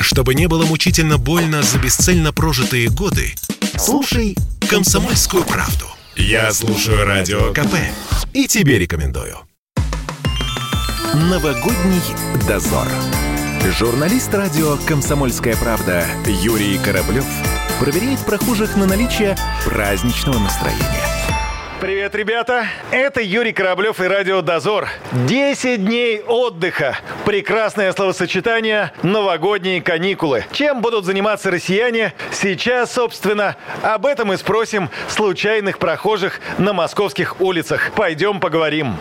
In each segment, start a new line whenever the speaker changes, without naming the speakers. Чтобы не было мучительно больно за бесцельно прожитые годы, слушай «Комсомольскую правду». Я слушаю Радио КП и тебе рекомендую.
Новогодний дозор. Журналист радио «Комсомольская правда» Юрий Кораблев проверяет прохожих на наличие праздничного настроения.
Привет, ребята! Это Юрий Кораблев и Радио Дозор. 10 дней отдыха. Прекрасное словосочетание «новогодние каникулы». Чем будут заниматься россияне? Сейчас, собственно, об этом и спросим случайных прохожих на московских улицах. Пойдем поговорим.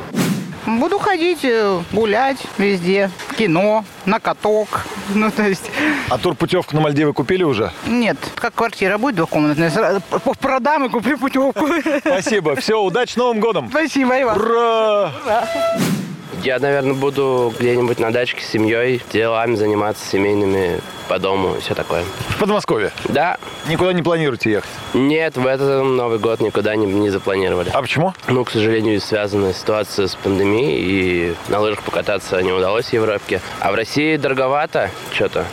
Буду ходить, э, гулять везде, в кино, на каток. Ну, то есть,
А турпутевку на Мальдивы купили уже?
нет, как квартира будет двухкомнатная, сразу п- продам и куплю путевку.
Спасибо. Все, удачи, Новым годом!
Спасибо, Иван.
Ура!
Я, наверное, буду где-нибудь на дачке с семьей, делами заниматься семейными по дому и все такое.
В Подмосковье.
Да,
Никуда не планируете ехать.
нет, в этот Новый год никуда не, не запланировали.
А почему?
Ну, к сожалению, связана ситуация с пандемией, и на лыжах покататься не удалось в Европе. А в России дороговато что-то.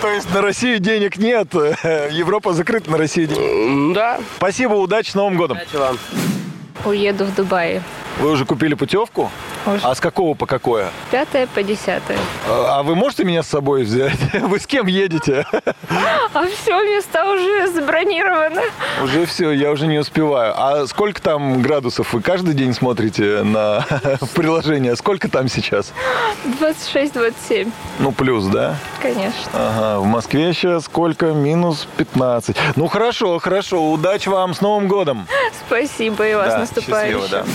То есть на Россию денег нет. Европа закрыта на Россию денег.
Да,
Спасибо, удачи, Новым годом!
удачи вам.
Уеду в Дубай.
Вы уже купили путевку?
Уже.
А с какого по какое?
Пятое по десятое.
А вы можете меня с собой взять? Вы с кем едете?
А все, места уже забронированы.
Уже все, я уже не успеваю. А сколько там градусов? Вы каждый день смотрите на приложение? Сколько там сейчас?
26-27,
Ну, плюс, да?
конечно.
Ага, в Москве сейчас сколько? Минус 15. Ну, хорошо, хорошо. Удачи вам с Новым годом.
Спасибо и вас
Да,
наступающим.
счастливо, да.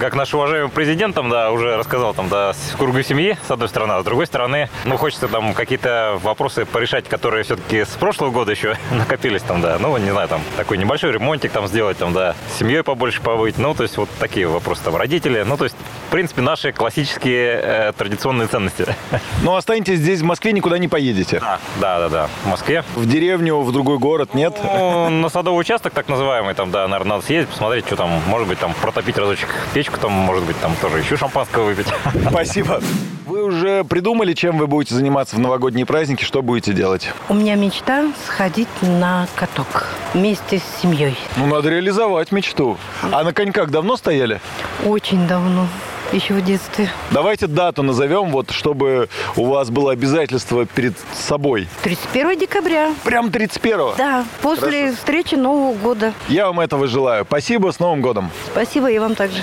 Как наш уважаемый президент там, да, уже рассказал, там, да, с кругу семьи, с одной стороны, а с другой стороны, ну, хочется там какие-то вопросы порешать, которые все-таки с прошлого года еще накопились там, да, ну, не знаю, там, такой небольшой ремонтик там сделать, там, да, с семьей побольше побыть, ну, то есть вот такие вопросы там, родители, ну, то есть, в принципе, наши классические э, традиционные ценности.
Ну, останетесь здесь, в Москве, никуда не поедете.
Да, да, да, в Москве.
В деревню, в другой город, нет?
Ну, на садовый участок, так называемый, там, да, наверное, надо съездить, посмотреть, что там, может быть, там, протопить разочек печку, там, может быть, там, тоже еще шампанского выпить.
Спасибо. Вы уже придумали, чем вы будете заниматься в новогодние праздники? Что будете делать?
У меня мечта сходить на каток вместе с семьей.
Ну, надо реализовать мечту. А на коньках давно стояли?
Очень давно, еще в детстве.
Давайте дату назовем, вот, чтобы у вас было обязательство перед собой.
31 декабря.
Прям 31-го.
Да, после встречи Нового года.
Я вам этого желаю. Спасибо, с Новым годом.
Спасибо и вам также.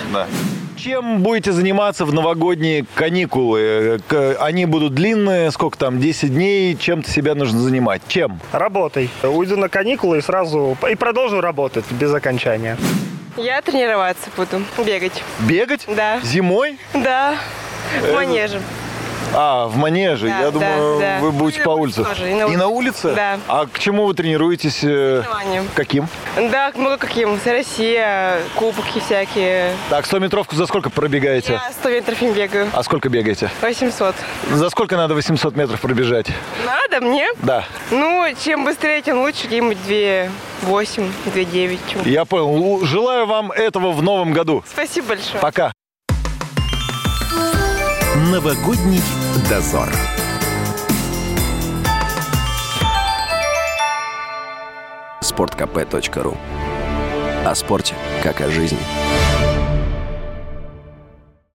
Чем будете заниматься в новогодние каникулы? К- Они будут длинные, сколько там, 10 дней? Чем-то себя нужно занимать? Чем?
Работай. Уйду на каникулы и сразу... И продолжу работать без окончания.
Я тренироваться буду, бегать.
Бегать?
Да.
Зимой?
Да, манежем.
А, в манеже.
Да,
Я
да,
думаю,
да. Ну,
вы будете
И
по
на улице
улице.
тоже, и на
И на улице?
Да.
А к чему вы тренируетесь? э,
Соревнованиям.
Каким?
Да, много каким. Россия, кубки всякие.
Так, 100 метровку за сколько пробегаете?
Я 100 метров не бегаю.
А сколько бегаете?
800.
За сколько надо 800 метров пробежать?
Надо мне?
Да.
Ну, чем быстрее, тем лучше. Где-нибудь 2,8, 2,9. Чем-
Я понял. Л- Желаю вам этого в новом году.
Спасибо большое.
Пока.
Новогодний дозор. Спорткп.ру О спорте, как о жизни.